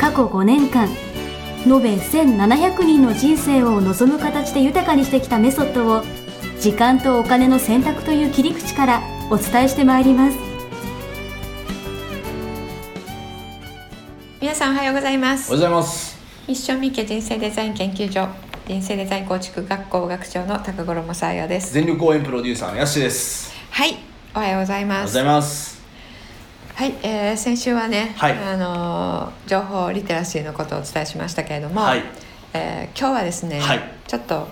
過去5年間延べ1700人の人生を望む形で豊かにしてきたメソッドを時間とお金の選択という切り口からお伝えしてまいります皆さんおはようございまおすはようございます。一生三池人生デザイン研究所人生デザイン構築学校学長の高頃もさあやです全力応援プロデューサーのヤッシーです。はいおはようございおはよまうごすざいます。はい、えー、先週はね、はいあのー情報リテラシーのことをお伝えしましたけれども、はいえー今日はですね、はいちょっと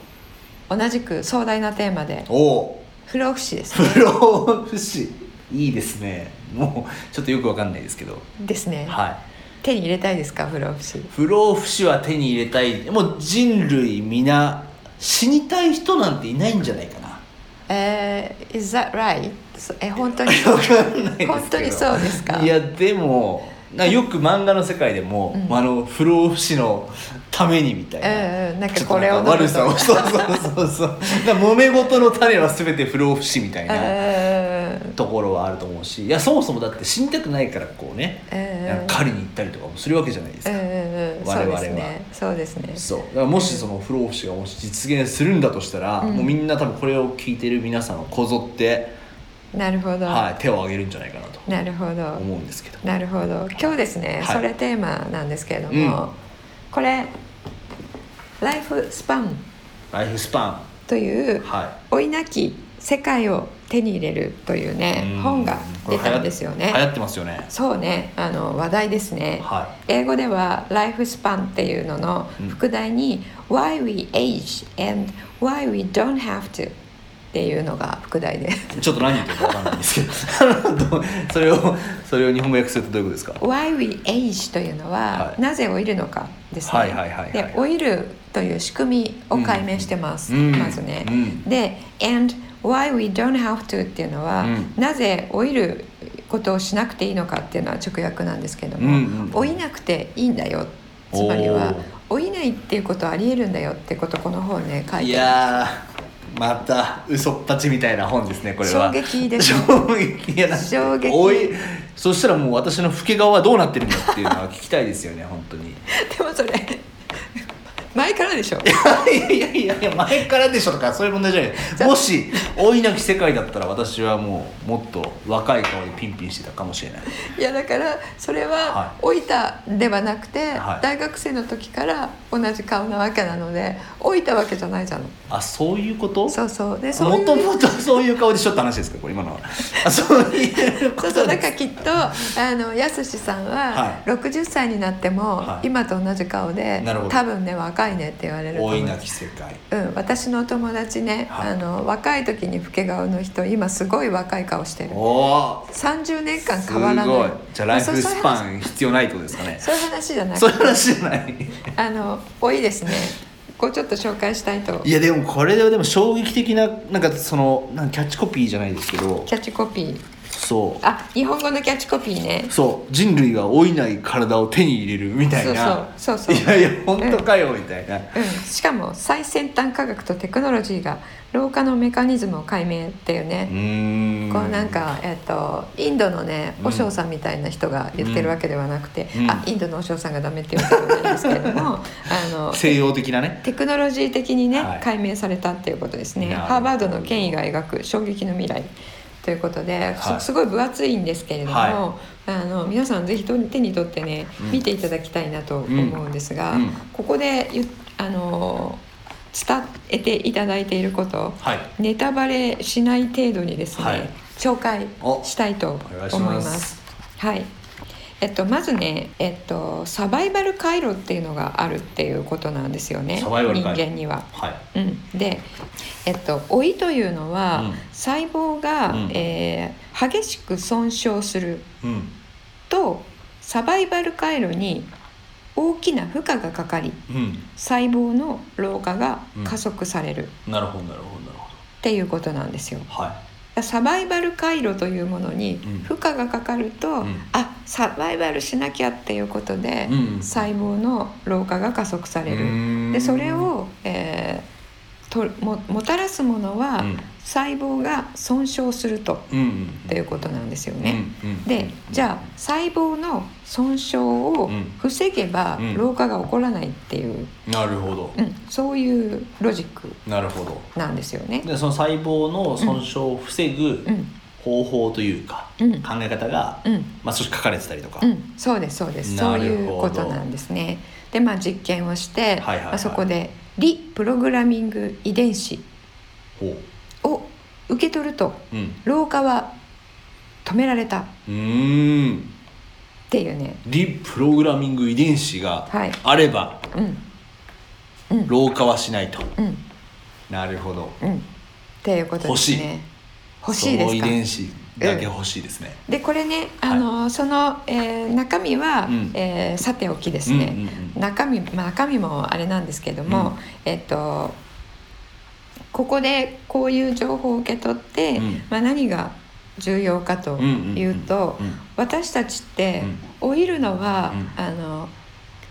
同じく壮大なテーマでおお不老不死ですー、不老不死いいですね。もうちょっとよくわかんないですけど、ですね、はい。手に入れたいですか不老不死不老不死は手に入れたい。もう人類皆死にたい人なんていないんじゃないかな。えー、is that right そえ本当にわかんないですけど。本当にそうですかいやでも。なよく漫画の世界でも、うんあの不老不死のためにみたいな,、うんうんなんかちょっとこれを飲むと悪さをそうそうそうそうだから揉め事の種は全て不老不死みたいな、うんところはあると思うしいやそもそもだって死にたくないからこうね、うんなんか狩りに行ったりとかもするわけじゃないですうか、んうんうん我々はそうですねそうですねそうだからもしその不老不死がもし実現するんだとしたら、うんもうみんな多分これを聞いてる皆さんはこぞって、なるほど、はい、手を挙げるんじゃないかなとなるほど思うんですけど、なるほど今日ですね、はいそれテーマなんですけれども、うんこれライフスパンライフスパというンは老いなき世界を手に入れるといういねうん本が出たんですよこれ流行流ね行ってますよねそうねあの話題ですね、は英語ではライフスパンっていうのの副題に、Why we age and why we don't have to っていうのが副題でいちょっと何言ってるかわかんないんですけど どうそれをそれを日本語訳するとどういうことですか Why we age というのは、はいなぜ老いるのかですね。はいはいはいはいで老いるという仕組みを解明してます、うんまずね。うんで and why we don't have to っていうのは、うんなぜ老いることをしなくていいのかっていうのは直訳なんですけども、うんうん老いなくていいんだよつまりは老いないっていうことはありえるんだよってことをこの本ね書いいてあるやーまた嘘っぱちみたいな本ですねこれは衝撃ですね衝撃いやなんか衝撃おいそしたらもう私の老け顔はどうなってるんだっていうのは聞きたいですよね本当に いでもそれ前からでしょや いやいやいや前からでしょとかそういう問題じゃないもし老いなき世界だったら私はもうもっと若い顔でピンピンしてたかもしれないいやだからそれはは老いたではなくて、はい大学生の時から同じ顔なわけなので老いたわけじゃないじゃんあそういうことそうそうでそうもいうともとそういう顔でしょって話ですかこれ今のはあそういうこそうとそうだでからきっとあのやすしさんはは60歳になっても、はい今と同じ顔でなるほど多分ね若いねって言われると思老ういなき世界うん、私のお友達ね、はいあの若い時に老け顔の人今すごい若い顔してるおー30年間変わらなすごいいじゃあライまフスパン必要ないってことですかねそういう話そういう話じゃなくてそういう話じゃないあの多いですね。こうちょっと紹介したいといやでもこれではでも衝撃的ななんかそのなんかキャッチコピーじゃないですけどキャッチコピー。そあ、日本語のキャッチコピーねう。そう人類は老いない体を手に入れるみたいなそうそうそうそうやいや本当かよみたいな、うん、しかも最先端科学とテクノロジーが老化のメカニズムを解明っていううね、ーんこうなんか、えっとインドのねうん和尚さんみたいな人が言ってるわけではなくて、うんあインドの和尚さんがダメって言われてるんですけれども あの西洋的なねテクノロジー的にね、はい解明されたっていうことですねなるほどハーバードの権威が描く衝撃の未来ということで、すはいすごい分厚いんですけれども、はあの皆さんぜひと手に取ってね、うん見ていただきたいなと思うんですが、うんうんここでゆあの伝えていただいていること、はいネタバレしない程度にですね、はい紹介したいとお願いし思いますます。はいえっと、まずね、えっと、サバイバル回路っていうのがあるっていうことなんですよねサバイバル人回路間には。はいうん、で、えっと、老いというのは、うん細胞が、うんえー激しく損傷するうんとサバイバル回路に大きな負荷がかかりうん細胞の老化が加速されるっなるほどなるほどなるほていうことなんですよ。どはサバイバル回路というものにうん負荷がかかると、うんあサバイバルしなきゃっていうことで、うん細胞の老化が加速さいれる。でそれを、えーとももたらすものは、うん細胞が損傷するとうんうんっていうことなんですよね。うんうんでじゃあ細胞の損傷をうん防げばうん老化が起こらないっていう、なるほどうんそういうロジックなるほどなんですよね。でその細胞の損傷を防ぐうん方法というか、うん考え方が、うんまあ、少し書かれてたりとか、うん、そうですそうですそなうるほどいうことなんですね。でまあ実験をして、はいはいはいまあ、そこでリプログラミング遺伝子ほを受け取るとううん老化は止められたっうーんていうねリプログラミング遺伝子がはいあればうん老化はしないと、うんなるほどうんっていうことですね欲しいその遺で伝すか子だけ欲しいですね、でこれねあの、その、えー中身は、うんえーさておきですね、うんうんうん中身、まあ、中身もあれなんですけども、うんえっとここでこういう情報を受け取って、うんまあ、何が重要かというと、うんうんうんうん私たちって老いるのは、うあの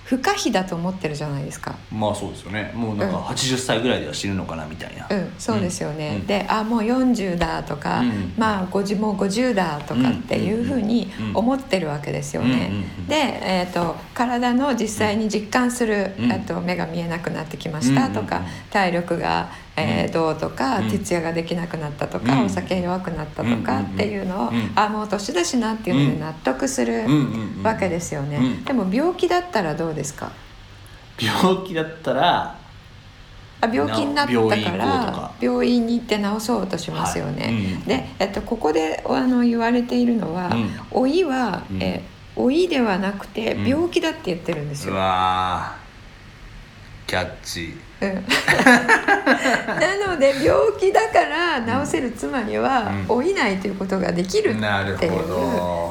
不可避だと思ってるじゃないですか。まあそうですよねもうなんかうん80歳ぐらいでは死ぬのかなみたいな、うん、そうですよね、うんであもう40だとか、うんまあ50もう50だとかっていうふうにうん思ってるわけですよね。うんうんうんで、えー、と体の実際に実感する、うんあと目が見えなくなってきましたとか、うんうんうん体力が、えーうんどうとか、うん徹夜ができなくなったとか、うんお酒弱くなったとかっていうのを、うんうんうんあもう年だしなっていうので納得するうんうんうんわけですよね。うんでも病気だったらどうですか病気だったらあ病気になったなか病院行こうとから病院に行って治そうとしますよね。はいうんで、えっと、ここであの言われているのはうん「老い」は、うんえー老い」ではなくてうん病気だって言ってるんですうよ。わーキャッチうん なので病気だから治せる妻にはうん老いないということができるなるっていう、ほ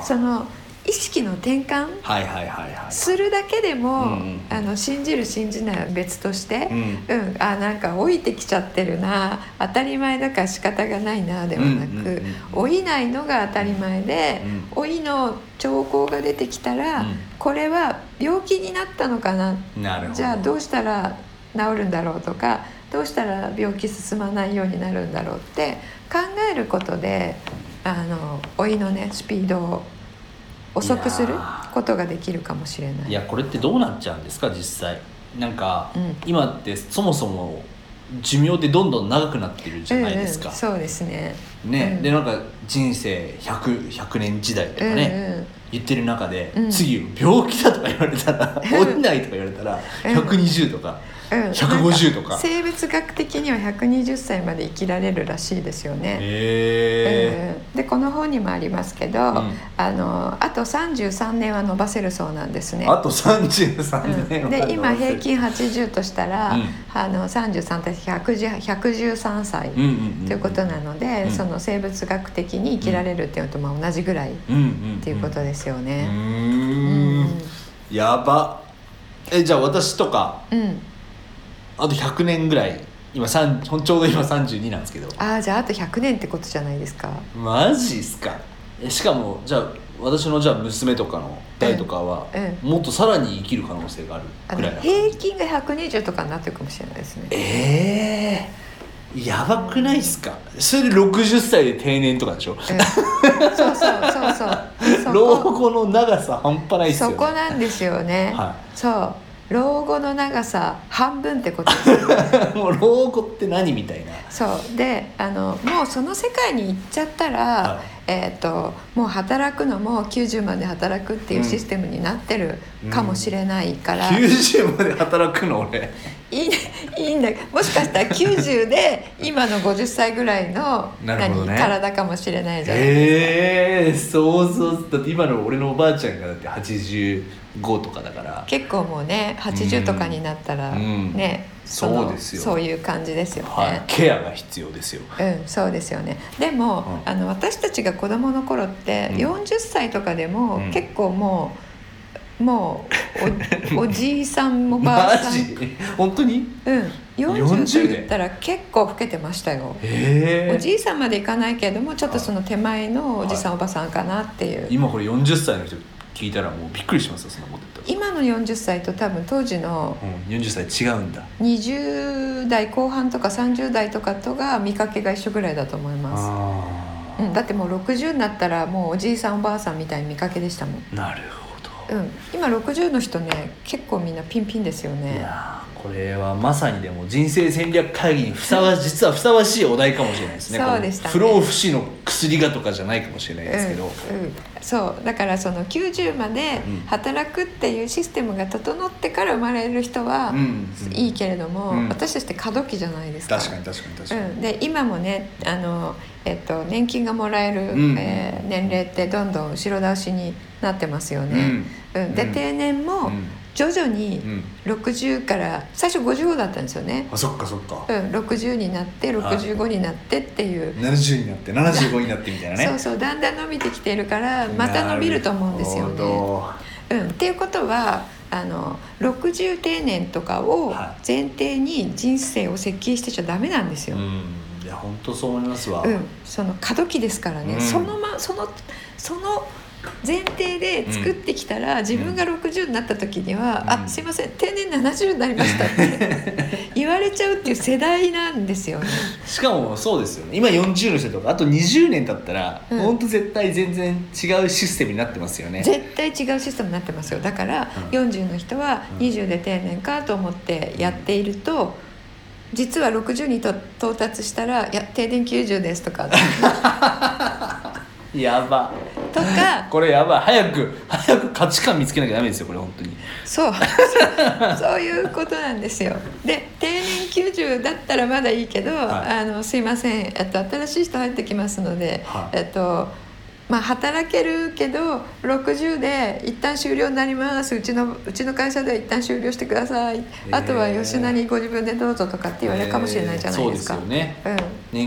どその意識の転換はいはいはいはいするだけでも、うんうんあの信じる信じないは別として、うんうんあなんか老いてきちゃってるな当たり前だから仕方がないなではなく、うんうんうん老いないのが当たり前で、老いの兆候が出てきたら、うんこれは病気になったのかななるほどじゃあどうしたら治るんだろうとかどうしたら病気進まないようになるんだろうって考えることであの老いのねスピードを遅くするいやーことができるかもしれないい。やこれってどうなっちゃうんですか実際なんか、うん今ってそもそも寿命ってどんどん長くなってるじゃないですかうんうん、、そうですね。ね、うんでなんか人生 100, 100年時代とかうんうんね、言ってる中で、うん次病気だとか言われたら「老いない」とか言われたらうん120とか、うん150となかん生物学的には120歳まで生きられるらしいですよね。えうんでこの本にもありますけど、んあのあと33年は伸ばせるそうなんですえね。あと33年うはんどうで今する平均80としたら、うんあの33対110 113歳うんうんうんということなので、うんその生物学的に生きられるっていうのとまあ同じぐらいっうんうんんていうことですようーね。んうんやばえじゃあ私とかうん、あと100年ぐらい今3ほんちょうど今32なんですけどああじゃああと100年ってことじゃないですか。マジっすかえしかもじゃあ私のじゃあ娘とかの代とかは、うもっとさらに生きる可能性があるあぐのらいな感じ平均が120とかになってるかもしれないですね。ええやばくないっすかそれで60歳で定年とかでしょうんそうそうそう そう。そ老こ後の長さ半端ないっすよ、そね、こなんですよね。はそう老後の長さ半分ってことですよね。 もう老後って何みたいなそうであのもうその世界に行っちゃったら、はえー、ともう働くのも90まで働くっていうシステムになってるかもしれないから、い90まで働くの俺いいいんだもしかしたら90で今の50歳ぐらいのなるほどね何体かもしれないじゃないええそうそうだって今の俺のおばあちゃんがだって85とかだから結構もうね80とかになったらうんね、のそうですよそういう感じですよね。はい、ケアが必要ですようん、そうですよねでも、うんあの私たちが子どもの頃ってうん40歳とかでもうん結構もう、も うおおじいさんもばマあさんジ本当にうん40 40でと言ったら結構老けてましたよええおじいさんまでいかないけれどもちょっとその手前のおじさんおばさんかなっていう今これ40歳の人聞いたらもうびっくりしますよそんなこと言っ今の40歳と多分当時のたら、うん、40歳違うんだ20代後半とか30代とかとが見かけが一緒ぐらいだと思いまあす、うん、だってもう60になったらもうおじいさんおばあさんみたいに見かけでしたもん、あなるほど、うん、今60の人ね結構みんなピンピンですよいねやーこれはまさにでも人生戦略会議にふさわし実はふさわしいお題かもしれないですねそうでしたねこの不老不死の薬がとかじゃないかもしれないですけど、うんうん、そうだからその90までうん働くっていうシステムが整ってから生まれる人はうんうんいいけれども、うん私たちって過渡期じゃないですか。確かに確かに確かに、うん、で今もねあの、えっと、年金がもらえる、うんえー年齢ってどんどん後ろ倒しになってますよね。うんでうん定年もうん徐々にうん60から最初55だったんですよね。あそっかそっかう、ん、60になって65になってっていう、 70になって75になってみたいなねそうそうだんだん伸びてきているからまた伸びると思うんですよなるね。ほうん、っていうことはあの60定年とかをはい前提に人生を設計してちゃダメなんですどよ。うんいや本当そう思いますわ、うん、その過渡期ですからね、うんそのまそのその前提で作ってきたら、自分が60になった時には「うんあすいません定年70になりました」って 言われちゃうっていう世代なんですよね。しかもそうですよね今40の人とかあと20年経ったら、うんほんと絶対全然違うシステムになってますよね絶対違うシステムになってますよだから、う40の人はうん20で定年かと思ってやっていると、実は60にと到達したら「いや定年90です」とかやばと かこれやばい早く早く価値観見つけなきゃダメですよこれ本当にそう そういうことなんですよ。で定年90だったらまだいいけど「はいあのすいません、えっと、新しい人入ってきますので、はいえっとまあ、働けるけど60で一旦終了になりますうちのうちの会社では一旦終了してください、ーあとは吉なりご自分でどうぞとかって言われるかもしれないじゃないですか。えーそうですよねうん、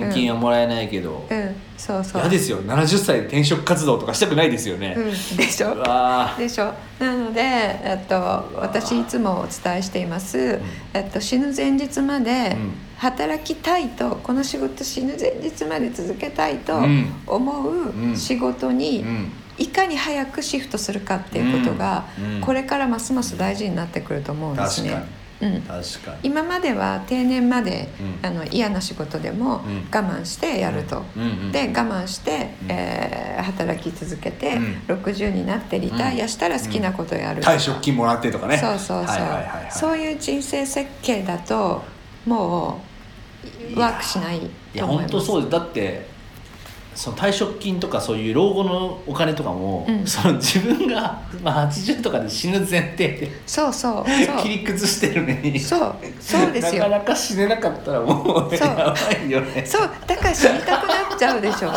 年金はもらえないけど、うん、うん、そうそう嫌ですよ70歳で転職活動とかしたくないですよね、うん、でしょうわーでしょなので、えっと、私いつもお伝えしています、えっと、死ぬ前日までうん働きたいとこの仕事死ぬ前日まで続けたいとうん思んう仕事にうんいかに早くシフトするかっていうことが、うんうんこれからますます大事になってくると思うんですね。うん確かに今までは定年まで、うんあの嫌な仕事でもうん我慢してやると、うんうんで我慢して、うんえー働き続けて、う60になってリタイアしたら好きなことやるとか退職金もらってとかねそうそうそう、はいはいはいはいそういう人生設計だともうワークしないいとや思い本ます当そうですだってその退職金とかそういう老後のお金とかも、うんその自分が、まあ、80とかで死ぬ前提でそうそう 切り崩してるのにそうそうそうですよなかなか死ねなかったらもうそうやばいよねそうだから死にたくなっちゃうでしょ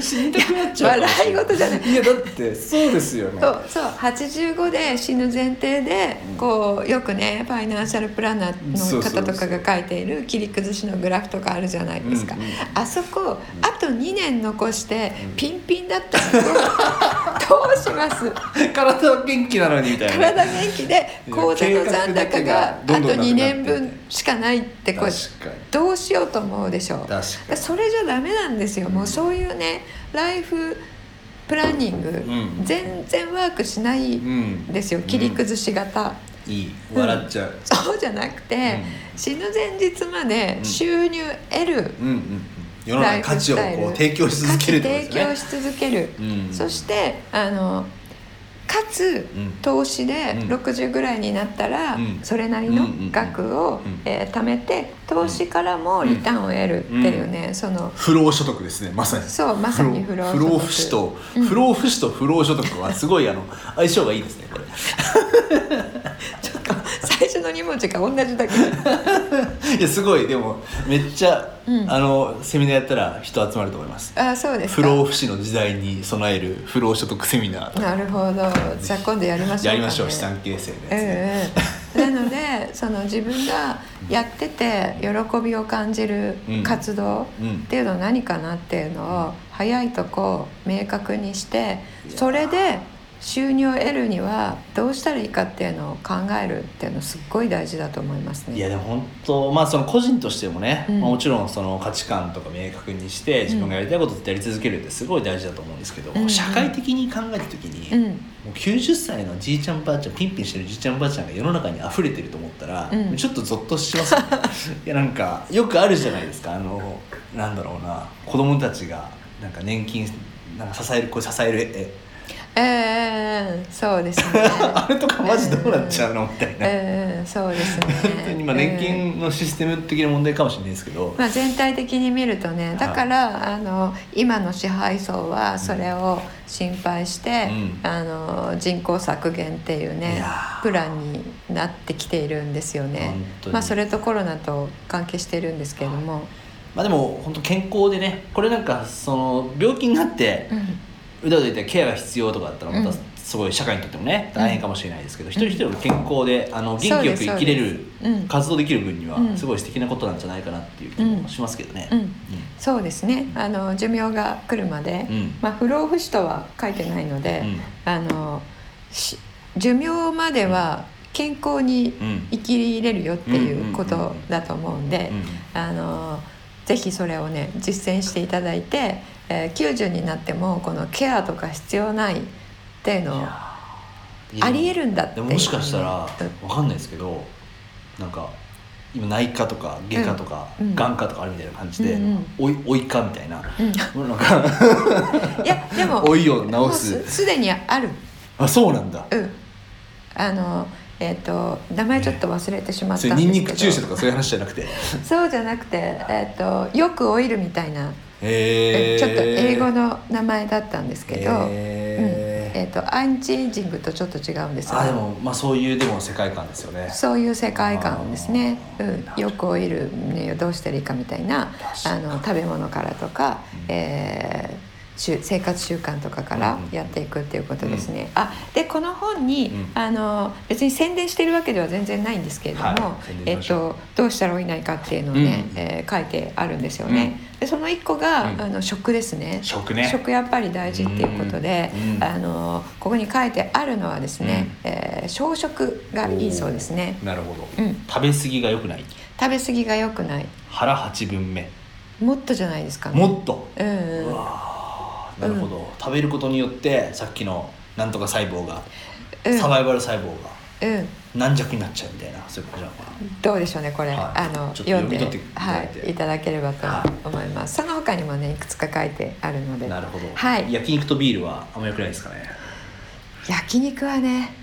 死にたくなっちゃうかもしれ笑い事じゃないいやだってそうですよねそうそう85で死ぬ前提でこうよくねファイナンシャルプランナーの方とかが書いている切り崩しのグラフとかあるじゃないですか、うんうんあそこあと2年残してピンピンだったらどうどうします 体は元気なのにみたいな体元気で口座の残計画だけ高ががあとどんどんなくなって2年分しかないってこう確かにどうしようと思うでしょう確かにそれじゃダメなんですよもうそういうねライフプランニング、ん全然ワークしないんですよ切り崩し型、いい笑っちゃうそうじゃなくて、う死ぬ前日まで収入得る、うんうんうん世の中ライにフ価ス値をタイルこう提供し続けるってこと価値提供ですねし続ける、うんそしてあのかつ、うん投資でうん60ぐらいになったら、うんそれなりのうんうんうん額を、うんえー貯めて投資からもリターンを得るっていうね、その不労所得ですねまさにそうまさに不労所得不死と、不老不死と不労所得はすごいあの相性がいいですねこれ最初の2文字が同じだけ いやすごいでもめっちゃ、うんあのセミナーやったら人集まると思いますあそうです不か老不死の時代に備える不労所得セミナーとかなるほどじゃあ今度やりましょうか、ね、やりましょう資産形成のやつね、うんうん、なのでその自分がやってて喜びを感じる活動っていうのは何かなっていうのを早いとこ明確にしてそれで収入を得るにはどうしたらいいかっていうのを考えるっていうのすっごい大事だと思いますね。いやでも本当まあその個人としてもね、うんまあもちろんその価値観とか明確にして自分がやりたいことってやり続けるってすごい大事だと思うんですけど、うんうん社会的に考えた時うに、んもう90歳のじいちゃんばあちゃんピンピンしてるじいちゃんばあちゃんが世の中に溢れてると思ったら、うんちょっとゾッとします、 ね、いやなんかよくあるじゃないですかあのなんだろうな子供たちがなんか年金なんか支えるこう支えるえええそうですね。 あれとかマジどうなっちゃうのみたいな、ええそうですね。本当にまあ年金のシステム的な問題かもしれないですけど、まあ、全体的に見るとねだから、あの今の支配層はそれを心配して、うんあの人口削減っていういねやープランになってきているんですよね本当。にまあ、それとコロナと関係しているんですけれども、まあでも本当健康でねこれなんかその病気になってうんうだうだいてケアが必要とかだったらまうたんすごい社会にとってもね大変かもしれないですけど、一人一人が健康であの元気よく生きれるそうですうん活動できる分にはうんすごい素敵なことなんじゃないかなっていう気もしますけどね。うんそうですねあの寿命が来るまで、うんうんまあ、不老不死とは書いてないので、うんあのし寿命までは健康にうん生きれるよっていうこうんうんとうんうんだと思うんで、うんあのぜひそれをね実践していただいて、えー90になってもこのケアとか必要ないっていうのをありえるんだってでいうももしかしたらわかんないですけどなんか今内科とか外科とかうん眼科とかあるみたいな感じで、うんうんおいおいかみた いな、うんなんかい やでも老いをもう治すすすでにあるあそうなんだうんあのえっ、と名前ちょっと忘れてしまったそんれですけニどンニク注射とかそういう話じゃなくてそうじゃなくて、えっとよくオイルみたいな、へーちょっと英語の名前だったんですけど、へうんえっとアンチエイジングとちょっと違うんですよあでもまあそういうでも世界観ですよねそういう世界観ですね、あうーん、よくオイルねどうしたらいいかみたいな確かあにの食べ物からとか、えーしゅ生活習慣とかからうんうんやっていくっていうことですね。あでこの本に、うんあの別に宣伝してるわけでは全然ないんですけれども、はい宣え伝しまっしょうとどうしたらいいないかっていうのをね、うんえー書いてあるんですよね。でその一個が、うんあの食ですね。食ね食やっぱり大事っていうことで、うんうんあのここに書いてあるのはですね、えー小食がいいそうですね。なるほど、うん食べ過ぎが良くない食べ過ぎが良くない。腹八分目もっとじゃないですかね。もっとうんううん、わーなるほど、食べることによってさっきのなんとか細胞が、うんサバイバル細胞がうん、軟弱になっちゃうみたいなそういうことなのかなどうでしょうねこれ、はいあのちょっと読んで読み取っていただはい、いただいてければと思います。その他にもねいくつか書いてあるので、なるほど、はい、焼肉とビールはあんま良くないですかね焼肉はね、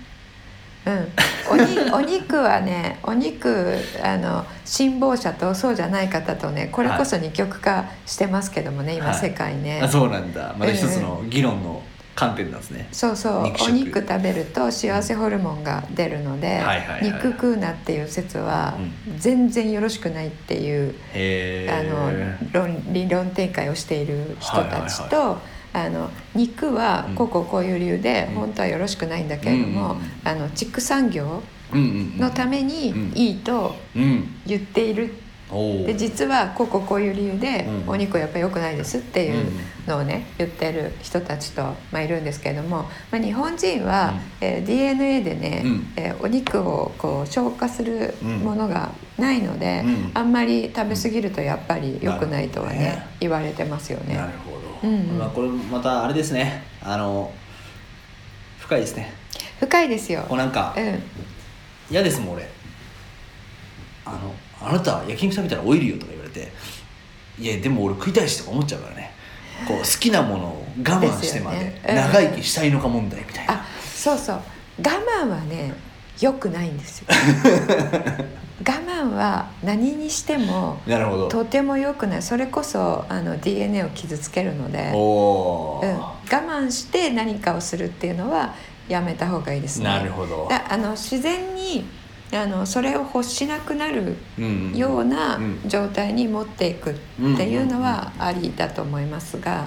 うん、おにお肉はねお肉あの辛抱者とそうじゃない方とねこれこそ二極化してますけどもね今はい世界ね。あそうなんだまた一つうんの議論の観点なんですね、そうそう肉お食肉食べると幸せホルモンが出るので、はいはいはい肉食うなっていう説は全然よろしくないっていう、へあのえ論理論展開をしている人たちと、はあの肉はこうこうこういう理由でうん本当はよろしくないんだけれども、うんうんうんあの畜産業うんうんうんのためにうんいいとうん言っているおおで実はこうこうこういう理由でうんお肉はやっぱ良くないですっていうのをね言ってる人たちと、まあ、いるんですけれども、まあ、日本人は、えー DNA でね、うんえーお肉をこう消化するものがないので、うんあんまり食べ過ぎるとやっぱり良くないとはねなるほどね言われてますよね。なるほど、うんうんまあ、これまたあれですねあの深いですね深いですよこう。なんかうん嫌ですもん俺あの「あなた焼肉食べたら老いるよ」とか言われて「いやでも俺食いたいし」とか思っちゃうからねこう好きなものを我慢してまででよねすうん長生きしたいのか問題みたいな、あそうそう我慢はね良くないん ですよ我慢は何にしてもなるほどとても良くないそれこそあの DNA を傷つけるので、うん、我おお、慢して何かをするっていうのはやめた方がいいですねなるほどだあの自然にあのそれを欲しなくなるうんんようなうん状態に持っていくっていうのはありだと思いますが、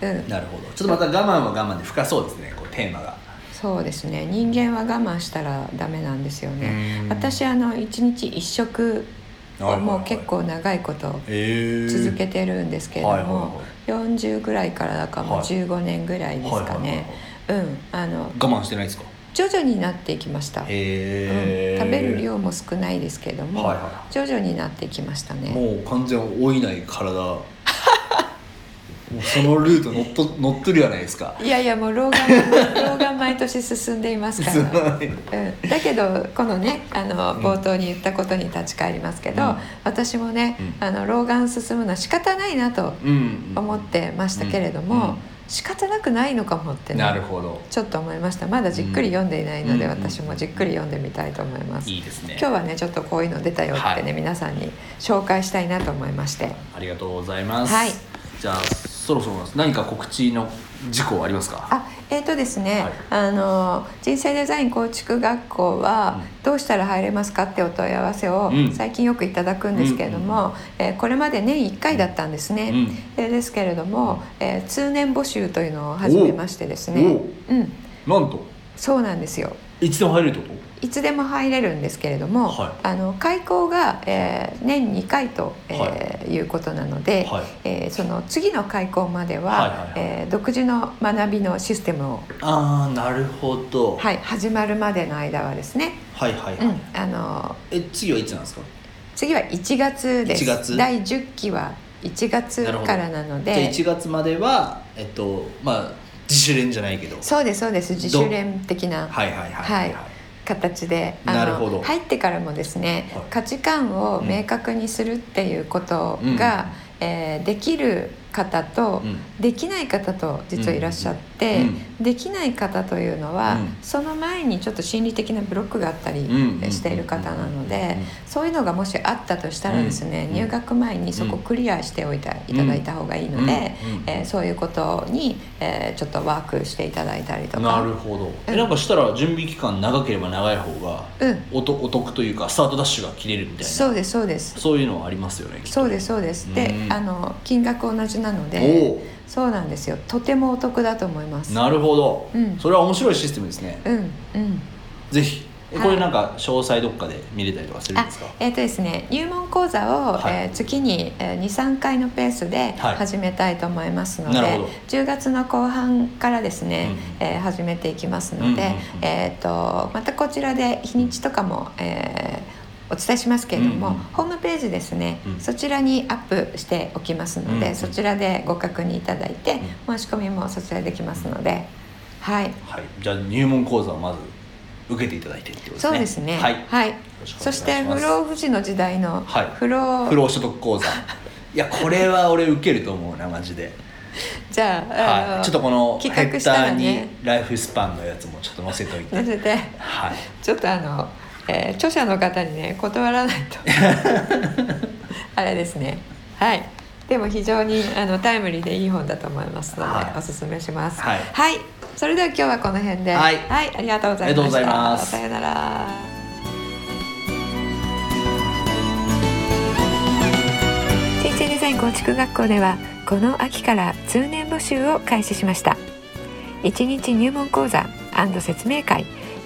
うん、なるほどちょっとまた我慢は我慢で深そうですねこうテーマがそうですね人間は我慢したらダメなんですよねうん私あの一日一食をもう結構長いことえ続けてるんですけれどはいはいも40ぐらいからだからもうはい15年ぐらいですかねうん、あの我慢してないですか徐々になっていきました、へえ、うん食べる量も少ないですけども、はいは徐々になってきましたねもう完全老いない体 もうそのルート乗っと乗っとるじゃないですかいやいやもう老眼老眼毎年進んでいますからうん、だけどこのねあのうん冒頭に言ったことに立ち返りますけど、うん私もね、うんあの老眼進むのは仕方ないなと うん思ってましたけれども、うん仕方なくないのかもってねなるほどちょっと思いましたまだじっくり読んでいないので、うん私もじっくり読んでみたいと思います、いいですね今日はねちょっとこういうの出たよってね、はい皆さんに紹介したいなと思いましてありがとうございます、はいじゃあそろそろなんです何か告知の事項はありますかあえっ、とですね、はいあの人生デザイン構築学校はうんどうしたら入れますかってお問い合わせをうん最近よくいただくんですけれども、えーこれまで年1回だったんですね、うんえーですけれども、えー通年募集というのを始めましてですねうんなんとそうなんですよいつでも入れるってこといつでも入れるんですけれども、はあの開校が、えー年2回と、えーい、うことなので、はいえーその次の開校までは、はいはいはいえー独自の学びのシステムをああなるほど、はい、始まるまでの間はですね、はいはいはうい、ん、あのえ次はいつなんですか次は1月です1月第10期は1月からなのでじゃあ1月まではえっとまあ自主練じゃないけどそうですそうです自主練的なはいはいはいははい、い形で、あのなるほど入ってからもですね、はい価値観を明確にするっていうことが、えーできる方と、うんできない方と実はいらっしゃって、うんできない方というのは、うんその前にちょっと心理的なブロックがあったりうんしている方なのうんうんでそういうのがもしあったとしたらですね、うん入学前にそこクリアしておいていただいた方がいいので、うんうんえーそういうことに、えーちょっとワークしていただいたりとか。なるほどえなんかしたら準備期間長ければ長い方がうんおとお得というかスタートダッシュが切れるみたいなそうですそうですそういうのはありますよねきっとそうですそうですでうんあの金額同じなのおでそうなんですよとてもお得だと思いますおなるほど、うんそれは面白いシステムですね、うんうんぜひえはいこれなんか詳細どっかで見れたりとかするんあですか、えっ、とですね入門講座を、はいえー月に、えー、23回のペースではい始めたいと思いますので、なるほど10月の後半からですね、えー始めていきますので、うんうんうんえっ、とまたこちらで日にちとかも、えーお伝えしますけれども、うんうんホームページですね、うんそちらにアップしておきますのうんで、うんそちらでご確認いただいて、申し込みもそちらできますので、はいはい、じゃあ入門講座をまず受けていただいてってことですねそうですね。はいろしくお願いしますそして不老不死の時代のはい不老、不労所得 講座いやこれは俺受けると思うなマジで、じゃあ,あの、はい、ちょっとこのヘ企画ッしダたらーにね。ライフスパンのやつもちょっと載せ といてなのではいちょっとあの、えー著者の方にね断らない とあれですね。はい。でも非常にあのタイムリーでいい本だと思いますので、はいおすすめします。はいそれでは今日はこの辺で。はいありがとうございました。ありがとうございますさよなら。人生デザイン構築学校ではこの秋から通年募集を開始しました1日入門講座説明会